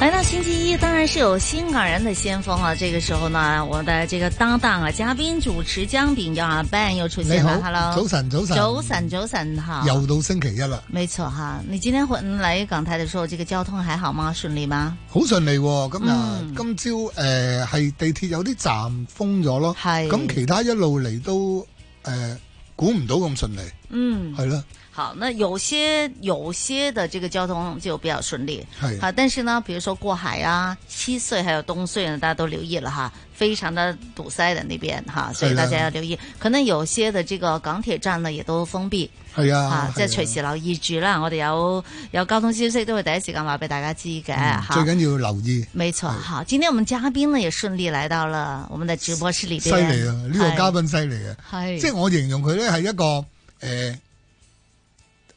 来到星期一，当然是有新港人的先锋啊！这个时候呢，我的这个搭档啊，嘉宾主持姜炳耀阿 Ben 又出你现好了。Hello，早晨，早晨，早晨，早晨哈。又到星期一啦，没错哈，你今天回来港台的时候，这个交通还好吗？顺利吗？好順利喎。今日、嗯今朝誒係地鐵有啲站封咗咯，係咁其他一路嚟都誒估唔到咁順利，嗯，係咯，好，那有些有些的这个交通就比较顺利，係好，但是呢，比如说过海啊、西隧还有东隧呢，大家都留意了哈，非常的堵塞的那边哈，所以是的大家要留意。可能有些的这个港铁站呢也都封闭係啊啊，，即係係啊隨時留意住啦。我哋有有交通消息都會第一時間話俾大家知嘅嗯最哈。緊要留意，没错，是好，今天我们嘉賓呢也順利來到了我們的直播室裏犀邊。利啊！呢個嘉賓犀利啊！係即係我形容佢咧係一個誒、呃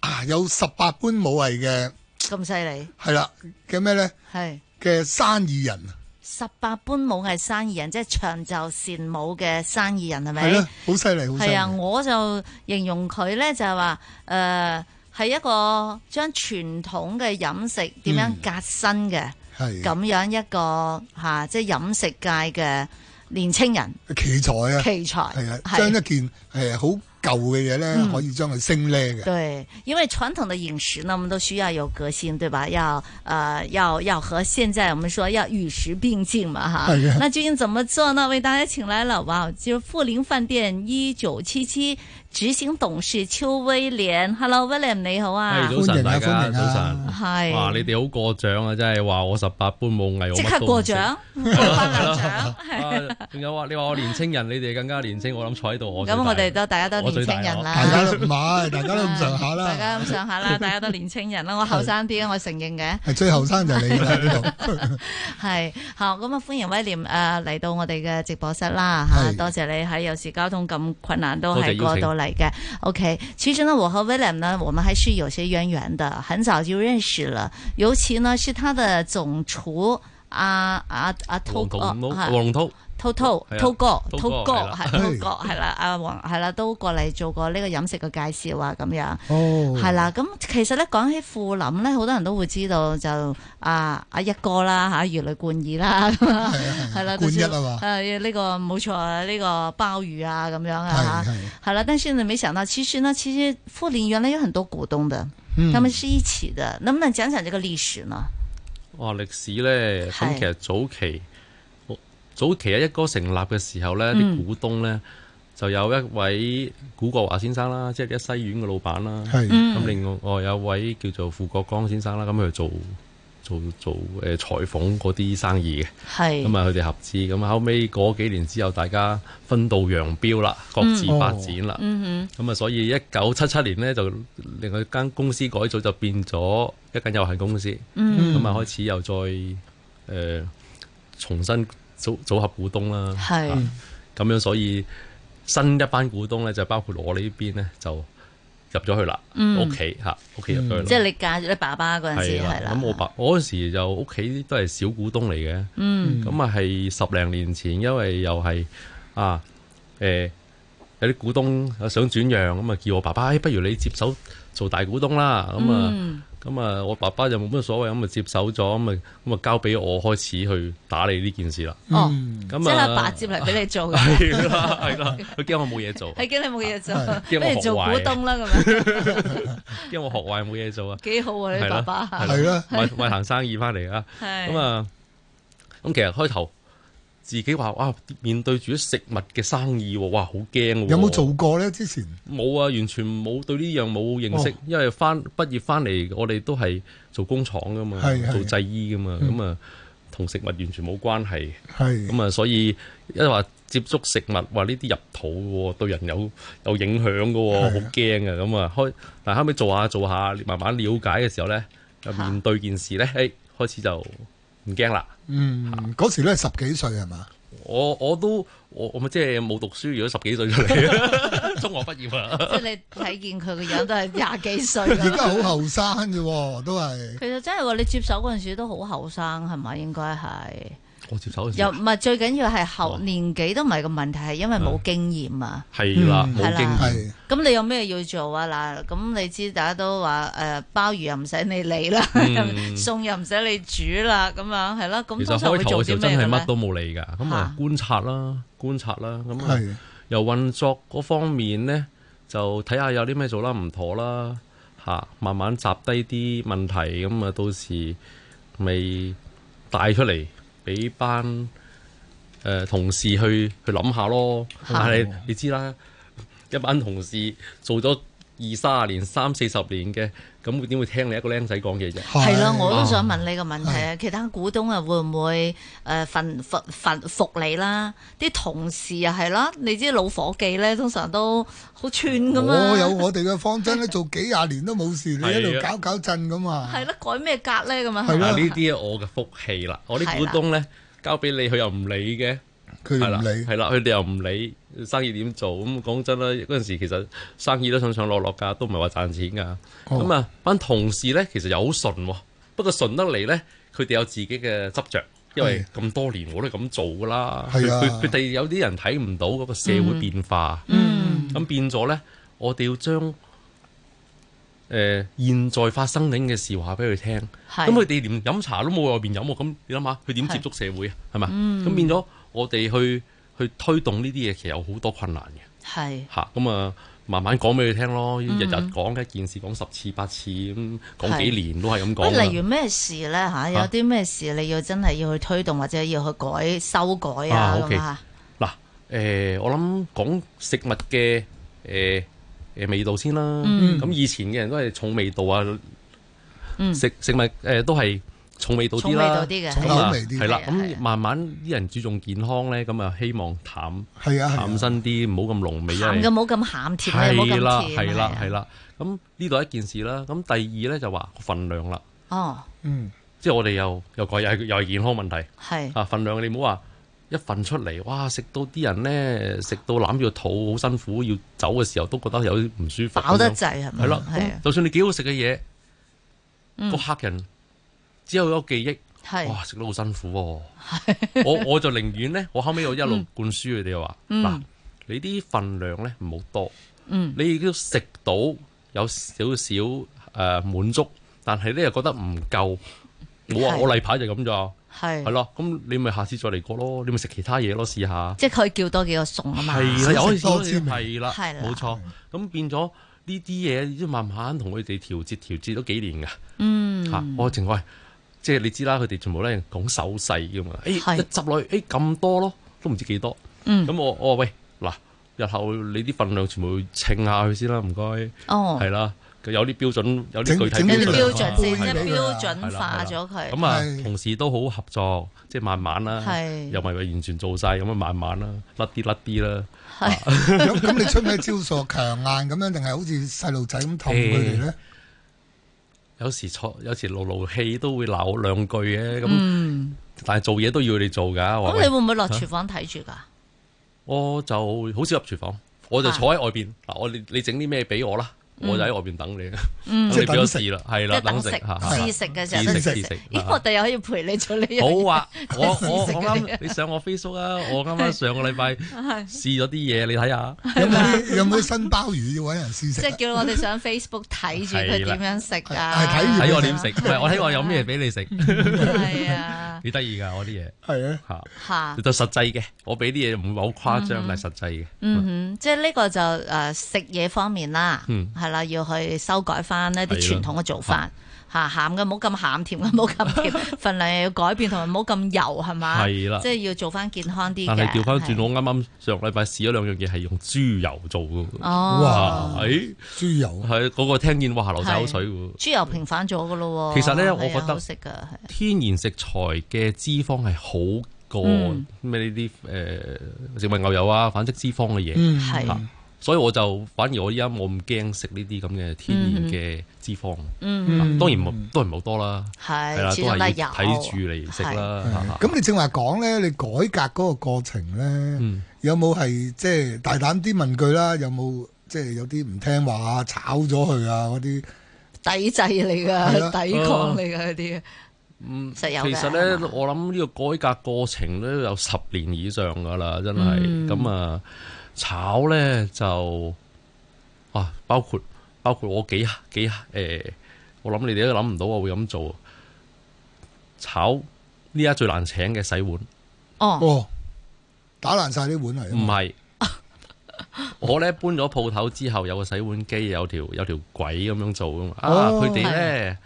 啊有十八般武藝嘅咁犀利，係啦嘅咩咧係嘅生意人啊十八般武藝生意人，即係長袖善舞嘅生意人係係咪？咯，好犀利，好犀係啊，利，我就形容佢咧就係話誒。呃係一個將傳統嘅飲食點樣嗯革新嘅咁、係樣一個嚇、即係飲食界嘅年青人奇才啊！奇才，係啊，係將一件誒好舊嘅嘢咧嗯，可以將佢升呢嘅，对，因为传统的饮食呢，我们都需要有革新，对吧？要呃，要要和现在我们说要与时并进嘛，哈哎呀。那究竟怎么做呢？为大家请来了哇，就是富林饭店一九七七执行董事邱威廉。Hello William，你好啊。早晨大家，歡早迎啊晨。系。哇！你哎哋好過獎啊，真係話我十八般武藝，我即乜刻都唔過識。獎，過翻兩獎。啊仲有話你話我年青人，你哋更加年青，我諗坐喺度我 最咁我大哋都大家都我年最青人大啊啦大。家都唔係，大家都咁上下大啦，家咁上下啦，大家都年青人啦。我後生啲，我承認嘅。係最後生就係你 啦呢度，系好咁啊！歡迎威廉誒嚟到我哋嘅直播室啦嚇，係多謝你喺有時交通咁困難都多謝係邀過請到嚟嘅。OK，其實呢，我和威廉呢，我們還是有些淵源的，很早就認識了。尤其呢，是他的總廚啊啊啊，滔黃哥同唔好啊黃龍滔滔滔係啊滔哥滔滔哥哥係啦係係滔哥係啦，阿黃係啦，都過嚟做過呢個飲食嘅介紹啊咁樣。哦係，啦，咁其實咧講起富林咧，好多人都會知道就啊阿一哥啦嚇，魚類冠意啦，啊係啦，冠一啊嘛誒呢個冇錯啊，呢個鮑魚啊咁樣啊係嚇。係，好了，但是呢，沒想到其實呢，其實富林原來有很多股東的，嗯他們是一起的。能不能講講這個歷史呢？哇！歷史係咧，咁其實早期早期啊，一哥成立嘅時候咧，嗯啲股東咧就有一位古國華先生啦，即係一西苑嘅老闆啦。係嗯咁另外有位叫做傅國光先生啦，咁佢做做做誒裁縫嗰啲生意嘅，係咁啊佢哋合資，咁後尾嗰幾年之後，大家分道揚镳啦，各自發展啦，嗯咁啊、所以一九七七年呢，就另外一間公司改組，就變咗一間有限公司，咁啊、嗯開始又再誒、呃重新組組合股東啦，哼，係啊咁樣所以新一班股東咧就包括我呢邊咧就入咗去啦，嗯屋企嚇，屋企入咗去啦。即係你嫁咗你爸爸嗰陣時係啊係啦。咁我爸我嗰時就屋企都係小股東嚟嘅，嗯咁啊係十零年前，因為又係啊誒、有啲股東想轉讓，咁啊叫我爸爸，哎不如你接手做大股東啦，咁啊。嗯咁啊，我爸爸就冇乜所謂，咁啊接手咗，咁啊咁啊交俾我開始去打理呢件事啦。哦，咁啊，即係阿爸接嚟俾你做嘅，係啦，係啦，佢驚我冇嘢做，係驚你冇嘢做係，驚我不如做股學壞東啦咁樣，驚我學壞冇嘢做啊，幾好啊你係爸啦爸係係啦，買買行生意翻嚟啊！係咁啊，咁其實開頭自己話哇，面對住啲食物嘅生意喎，哇，好驚喎！有冇做過咧？之前冇啊，完全冇對呢樣冇認識，哦因為翻畢業翻嚟，我哋都係做工廠噶嘛，係係做製衣噶嘛，咁啊同食物完全冇關係，係咁啊所以一話接觸食物，話呢啲入肚喎，對人有有影響噶喎，係啊好驚啊！咁啊開，但後尾做下做下，慢慢了解嘅時候咧，就嚇面對件事咧，誒開始就唔驚啦。嗯嗰時咧十幾歲係嘛？我我都我我咪即係冇讀書，如果十幾歲出嚟， 中學畢業啊，即係你睇見佢個樣 都係廿幾歲而啦。家好後生啫喎，都係其實真係話你接手嗰陣時都好後生係咪？應該係我接手嗰 時又唔係最緊要係後哦年紀都唔係個問題，係因為嗯冇經驗啊。係啦，嗯冇經驗。係咁你有咩要做啊？嗱，咁你知大家都話誒、呃、鮑魚又唔使你理啦，嗯 餸又唔使你煮啦，咁樣係啦。咁其實通常會開頭做嘅時候啲真咩係嘅乜咧？都冇理㗎，咁啊嚇觀察啦，觀察啦，咁啊係由運作嗰方面呢，就睇下有啲咩做得唔妥啦，嚇、慢慢集低啲問題，咁啊到時咪帶出嚟俾班誒、呃同事去去諗下咯。嚇但係你知啦，一班同事做咗二三十年、三四十年嘅，咁會點會聽你一個僆仔講嘢啫？係咯，係我哦都想問你個問題啊！其他股東啊，會唔會呃誒服服服服你啦？啲同事啊，係啦，你知老伙計咧，通常都好串咁啊。我有我哋嘅方針咧，做幾廿年都冇事，你一路係啊搞搞震咁啊，係啦，改咩格咧咁啊？係嗱，啦呢啲係我嘅福氣啦，我啲股東呢，交俾你，佢又唔理嘅。佢係哋啦，唔理。係啦，佢哋又唔理生意點做。咁講真啦，嗰陣時其實生意都上上落落㗎，都唔係話賺錢㗎。哦咁啊、班同事咧其實又好順喎，不過順得嚟咧，佢哋有自己嘅執着，因為咁多年我都咁做㗎啦。佢係啊佢佢哋有啲人睇唔到嗰個社會變化，咁、嗯，變咗咧，我哋要將誒、呃、現在發生緊嘅事話俾佢聽。係咁佢哋連飲茶都冇外邊飲喎，咁你諗下佢點接觸社會啊？係咪？嗯咁變咗我哋去去推動呢啲嘢，其實有好多困難嘅係嚇。咁啊，慢慢講俾佢聽咯，日日嗯講一件事，講十次八次咁，講幾年都係咁講啊喂，㗎。例如咩事咧嚇？有啲咩事你要真係要去推動或者要去改修改啊啊咁，OK 啊？嗱，誒、呃我諗講食物嘅誒誒味道先啦。咁、以前嘅人都係重味道啊，嗯食食物誒、呃都係重味道啲重啦，味道啲嘅重咁啊口味啲係啦。係啊係啊咁慢慢啲人注重健康咧，咁啊希望淡係啊，淡係啊身啲，唔好咁濃味，因鹹為嘅冇咁鹹，甜嘅冇係啦咁甜，啊係啦係啦。啦。咁呢度一件事啦。咁第二咧就話份量啦，哦，嗯，即係我哋又又改又係又係健康問題。係啊，份量你唔好話一份出嚟，哇！食到啲人咧，食到攬住個肚好辛苦，要走嘅時候都覺得有啲唔舒服。飽得咁樣滯係咪？係咯，係啊嗯咁就算你幾好食嘅嘢，個客人只有有記憶，係哇！食得好辛苦喎。我我就寧願咧，我後尾我一路嗯灌輸佢哋話：嗱，你啲份量咧唔好多，嗯你亦都食到有少少誒滿足，但係咧又覺得唔夠。我話係我例牌就咁咋。係係，咯，咁你咪下次再嚟過咯，你咪食其他嘢咯，試下。即係佢叫多幾個餸啊嘛。係啦，又可以試多多滋啲，味係啦，係啦冇錯。咁變咗呢啲嘢，都慢慢同佢哋調節調節咗幾年噶。嗯，嚇，我淨係即係你知啦，佢哋全部咧講手勢噶嘛。誒哎係一執落去，誒咁多咯，都唔知幾多。嗯咁我我話喂嗱，日後你啲份量全部稱下佢先啦，唔該。哦，係啦，佢有啲標準，有啲整具體整你標哋準。標準係啦先，即係係啦標準化咗佢。咁啊係，同事都好合作，即係慢慢啦，係又咪完全做晒咁啊，慢慢啦，甩啲甩啲啦。咁咁你出咩招數？強硬咁樣定係好似細路仔咁氹佢哋咧？有時錯，有時怒怒氣都會鬧兩句嘅，咁、嗯，但係做嘢都要你做㗎。咁你話哦喂會唔會落廚房睇住㗎？我就好少入廚房，我就啊坐喺外邊。嗱、我你你整啲咩俾我啦，我就喺外邊等你。嗯等即你係俾我等食試啦，係即啦，係等等食食嚇。試食嘅時候試都食試試食食。咦，我哋又可以陪你做呢樣嘢。好 啊！我我我試食啱，你上我 Facebook 啊！我啱啱上個禮拜試咗啲嘢，你睇下。嗯有冇啲有冇啲新鮑魚要揾人試即食係啊？叫我哋上 Facebook 睇住佢點樣食啊，係睇住睇我點食，唔係我睇我有咩俾 你食，係 啊，幾得意㗎我啲嘢係啊，嚇，嚇，就實際嘅，我俾啲嘢唔會好誇張，但係實際嘅。嗯哼，即係呢個就誒食嘢方面啦，嗯係啦，要去修改翻一啲係傳啦統嘅做法。嚇鹹嘅唔好咁鹹，甜嘅唔好咁甜，份量又要改變，同埋唔好咁油係嘛？係啦即係要做翻健康啲嘅。但係調翻轉，係我啱啱上禮拜試咗兩樣嘢係用豬油做嘅喎。哦，哇！誒，豬油係嗰個聽見哇流晒口水喎。豬油平反咗嘅咯喎。其實咧係啊我覺得好食嘅係天然食材嘅脂肪係好過嗯呃咩呢啲誒植物牛油啊、反式脂肪嘅嘢。嗯係嚇所以我就反而我依家冇咁驚食呢啲咁嘅天然嘅脂肪。嗯，啊當然冇，當然冇多啦，係啦，係，都始係終都係要有睇住嚟食啦。嚇咁你正話講咧，你改革嗰個過程咧，嗯有冇係即係大膽啲問句啦？有冇即係有啲唔聽話啊、炒咗佢啊嗰啲？抵制嚟噶，係啦 抵抗嚟噶嗰啲，嗯，實有嘅其實係咧嘛，我諗呢個改革過程都有十年以上噶啦，真嗯係咁啊！炒咧就啊，包括包括我幾幾誒、我諗你哋都諗唔到我會咁做。炒呢家最難請嘅洗碗，唔哦，哦，打爛晒啲碗嚟啊嘛。係我咧搬咗鋪頭之後，有個洗碗機，有條有條軌咁樣做噶嘛。啊，哦佢哋咧。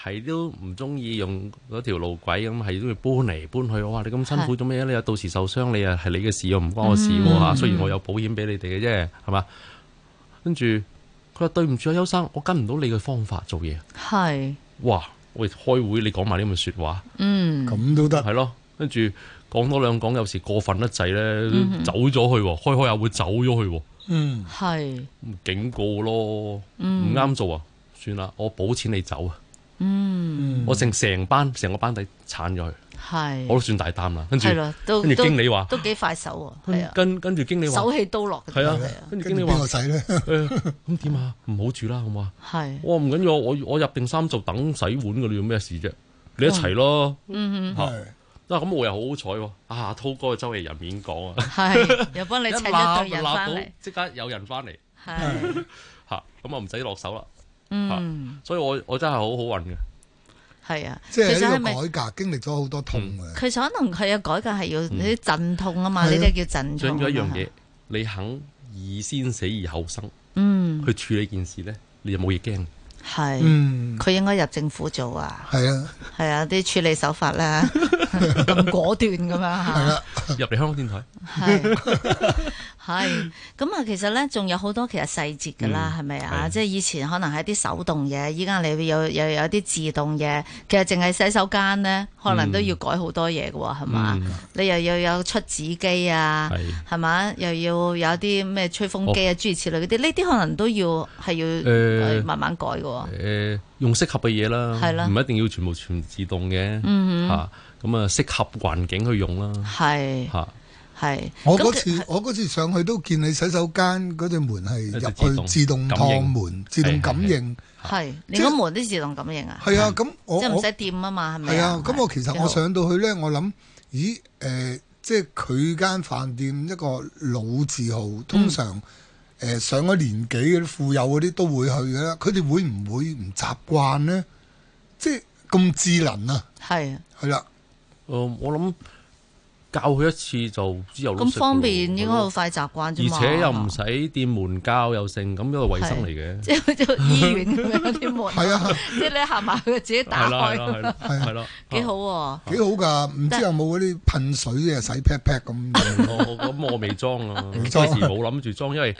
係都唔中意用嗰條路軌咁，係都要搬嚟搬去。我話你咁辛苦做咩？你又到時受傷，你又係你嘅事，又唔關我事喎嚇。雖然我有保險俾你哋嘅啫，係嘛？跟住佢話對唔住啊，邱生，我跟唔到你嘅方法做嘢。係，哇！喂，開會你講埋呢咁嘅説話，嗯，咁都得，係咯？跟住講多兩講，有時過分得滯咧，走咗去喎，開開下會走咗去喎，嗯，係，咁警告咯，唔嗯啱做啊！算啦，我補錢你走啊！嗯，我成成班成個班底鏟咗佢。我係，都算大膽啦。跟住係咯，都跟住都經理話，都幾快手喎，係跟啊，跟跟住經理話，手起刀落嘅，係啊係啊，跟住跟經理住邊話個，使咧？ 誒咁點啊？唔好住啦，好唔好啊？係，我話唔緊要，我我入定衫就等洗碗㗎，你有咩事啫？你一齊咯。嗯嚇係啊咁我又好好彩喎！啊，滔哥周其人面講啊，係，又幫你一請鬧咗對鬧人翻到嚟，即刻有人翻嚟係，嚇，咁啊我唔使落手啦。嗯，所以我我真係好好運嘅。係啊，即係其實喺係咪？呢個改革經歷咗好多痛嗯嘅。其實可能佢嘅改革係要啲陣痛啊嘛，係呢啊啲叫陣最緊痛。要一樣嘢，，你肯以先死而後生嗯，去處理件事咧，你就冇嘢 驚。係，嗯，佢應該入政府做啊，係啊，係啊，啲處理手法咧咁果斷咁樣係嚇，啊，入嚟香港電台。係係咁啊，其實咧仲有好多其實細節㗎啦，係咪啊？係即係以前可能係啲手動嘢，依家你會有又有啲自動嘢，其實淨係洗手間咧，可能都要改好多嘢嘅喎，係嘛？嗯你又要有出紙機啊。係。係嘛？又要有啲咩吹風機啊，諸如此類嗰啲，呢啲可能都要係要哦誒呃慢慢改嘅喎。誒、用適合嘅嘢係啦啦，唔一定要全部全自動嘅嗯哼，嚇，咁啊適合環境去用啦係嚇，係。我咁嗰其次我嗰次上去都見你洗手間嗰隻門係有隻入去自自動動趟門、自動感應，係即連係個門都自動感應啊，係啊，咁我即係唔我使掂啊嘛，係咪係啊，咁我其實我上到去咧，我諗，咦，誒，即係佢間飯店一個老字號，通嗯常誒上咗年紀嗰啲富有嗰啲都會去嘅啦，佢哋會唔會唔習慣咧？即係咁智能啊，係啊係啦，誒、嗯我諗教佢一次就之後都咁識方㗎便，喎應該好快習慣啫嘛。而且 又唔使掂門膠又剩，咁因為衞生嚟嘅，即係好似醫院咁樣啲門， 係 啊，即係你行埋佢自己打係啦係啦開，係啦 係啊係啦，幾好喎。幾好㗎，唔知有冇嗰啲噴水嘅洗 pat pat 咁？我哦咁我未裝啊，未嗰裝時冇諗住裝，因為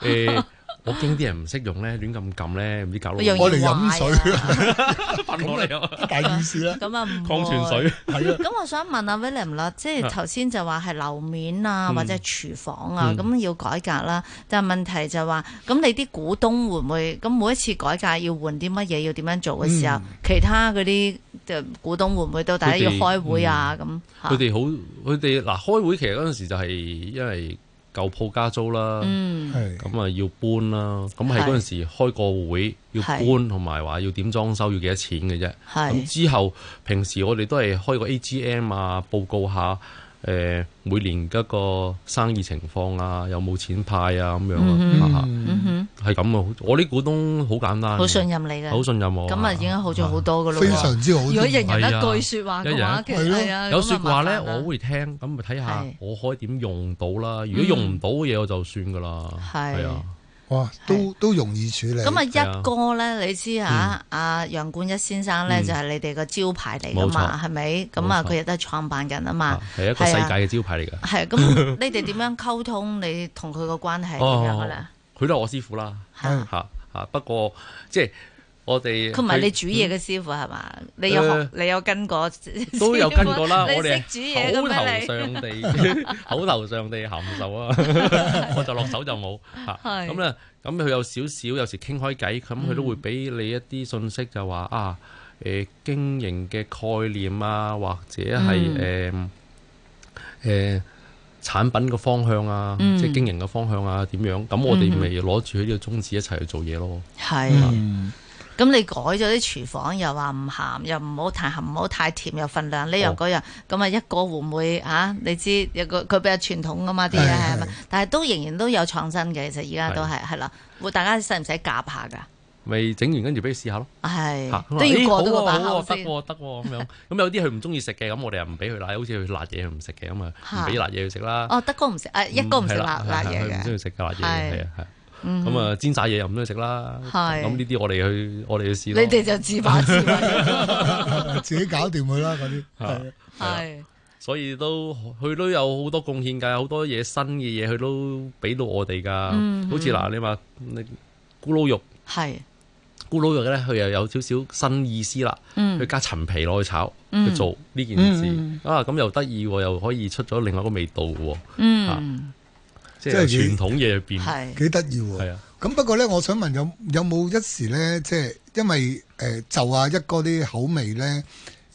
誒、我驚啲人唔識用咧，亂咁撳咧，唔知搞到容易我嚟飲水壞啊，噴落嚟啊， 大件事啦，咁啊唔礦泉會水。 係啊，咁我想問阿 William 啦，即係啊頭先就話係樓面啊，嗯或者係廚房啊，嗯咁要改革啦。但係問題就話，咁你啲股東會唔會咁每一次改革要換啲乜嘢，要點樣做嘅時候，嗯其他嗰啲嘅股東會唔會到大家要開會嗯啊？咁嚇佢哋好，佢哋嗱開會其實嗰陣時就係因為舊鋪加租啦，嗯係咁啊要搬啦，咁喺嗰陣時開個會要搬，係同埋話要點裝修要幾多錢嘅啫。咁係之後平時我哋都係開個 AGM 啊，報告下誒、呃每年嗰個生意情況啊，有冇錢派啊咁樣嗯啊，嗯嚇係咁啊！我啲股東好簡哼，單嘅，好信任你嘅，好信任我。咁啊已經好咗好多噶咯非喎。常之好。如果人人係啊一句説話嘅話，其一實人一係啊，有説説話咧，我會聽，咁咪睇下係嗯我可以點用到啦。如果用唔到嘅嘢，我就算噶啦。係係啊，哇，都都容易處理。咁啊，係啊一哥咧，你知啊，阿楊冠一先生咧嗯就係你哋個招牌嚟噶冇嘛，錯係咪？咁啊，冇錯佢亦都係創辦人啊嘛啊，係一個世界嘅招牌嚟㗎。係啊咁， 你哋點樣溝通？你同哦佢個關係點樣嘅咧？佢都係我師傅啦，係啊嚇嚇。不過即係我哋佢唔係去你煮嘢嘅師傅啊係嘛？你有學誒你有跟過 嗯都有跟過啦，你我哋識煮嘢口嘅頭咩？上地 口頭上地含受啊，我就落手就冇嚇。係咁咧，咁佢有少少有時傾開偈，咁佢都會俾你一啲信息就話啊，誒經營嘅概念啊，或者係誒嗯誒產品嘅方向啊，嗯即係經營嘅方向啊，點樣？咁我哋咪攞住佢呢個宗旨一齊去做嘢咯。你嗯係嗯咁你改咗啲廚房又話唔鹹，又唔好太鹹，唔好太甜，又份量呢樣哦嗰樣，咁啊一個會唔會啊？你知有個佢比較傳統噶嘛啲嘢係係咪係？但係都仍然都有創新嘅，其實而家都係係啦。會大家使唔使夾下㗎？咪整完跟住俾佢試下咯，係嚇哎都要過到個個把口啊得先。喎得喎咁樣， 咁有啲佢唔中意食嘅，咁我哋又唔俾佢啦，好似佢辣嘢佢唔食嘅，咁啊嚇唔俾辣嘢佢食啦。哦，德哥唔食，誒一哥唔食辣嗯係辣係嘢佢唔中嘅意，食嘅辣嘢，係係啊係啊。嗯咁啊煎炸嘢又唔中意食啦。係咁呢啲我哋去我哋去試你咯。哋就自把自為，啊自己搞掂佢啦嗰啲。啊係係所以都佢都有好多貢獻㗎，好多嘢新嘅嘢佢都俾到我哋㗎。嗯好似嗱，你話你咕嚕肉，係，咕嚕肉咧佢又有少少新意思啦。佢嗯加陳皮落去炒，嗯去做呢件事嗯啊，咁又得意喎，又可以出咗另外一個味道喎，嗯，即即係係幾傳統嘢入邊係。幾得意喎係。啊。咁不過呢，我想問有有冇一時呢？即係因為誒就阿一哥啲口味呢，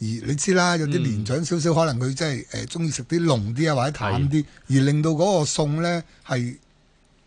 而你知啦，有嗯啲年長少少，可能佢真係誒中意食啲濃啲啊，或者淡啲，而令到嗰個餸呢係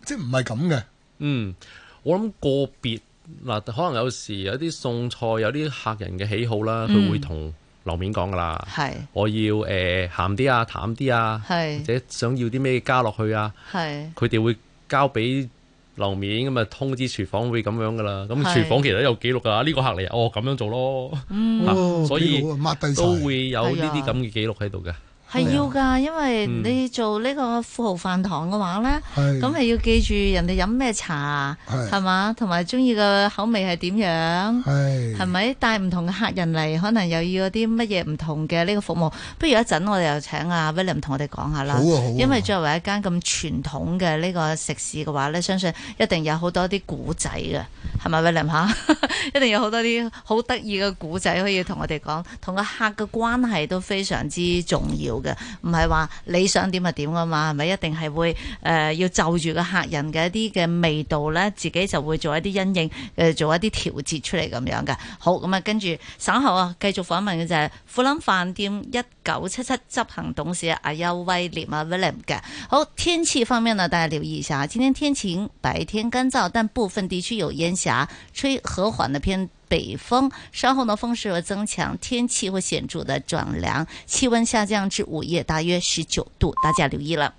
即係唔係咁嘅。嗯，我諗個別嗱，可能有時有啲餸菜有啲客人嘅喜好啦，嗯佢會同樓面講噶啦，係我要誒鹹啲啊、淡啲啊，或係者想要啲咩加落去啊，係佢哋會交俾樓面咁啊，通知廚房會咁樣噶啦。咁係廚房其實都有記錄㗎，呢個客嚟，哦咁樣做咯，嗯啊哦所以幾好啊抹低晒都會有呢係啲啊咁嘅記錄喺度嘅。係要㗎，因為嗯你做呢個富豪飯堂嘅話咧，係咁你要記住人哋飲咩茶係係嘛，同埋中意嘅口味係點樣。係係咪帶唔同嘅客人嚟，可能又要有啲乜嘢唔同嘅呢個服務？不如一陣我哋又請阿 William 同我哋講下啦。好啊好啊因為作為一間咁傳統嘅呢個食肆嘅話咧，相信一定有好多啲古仔嘅，係咪 William 嚇？ 一定有好多啲好得意嘅古仔可以同我哋講，同個客嘅關係都非常之重要嘅，唔係話你想點就點噶啊嘛，係咪？一定係會誒、呃要就住個客人嘅一啲嘅味道咧，自己就會做一啲因應，誒、呃做一啲調節出嚟咁樣嘅。好，咁啊，跟住稍後啊，繼續訪問嘅就係富林飯店一九七七執行董事阿邱威廉啊 William 嘅。好，天氣方面呢，大家留意一下，今天天晴，白天干燥，但部分地区有烟霞，吹和缓的偏北风。稍后呢，风势会增强，天气会显著的转凉，气温下降至午夜大约十九度，大家留意了。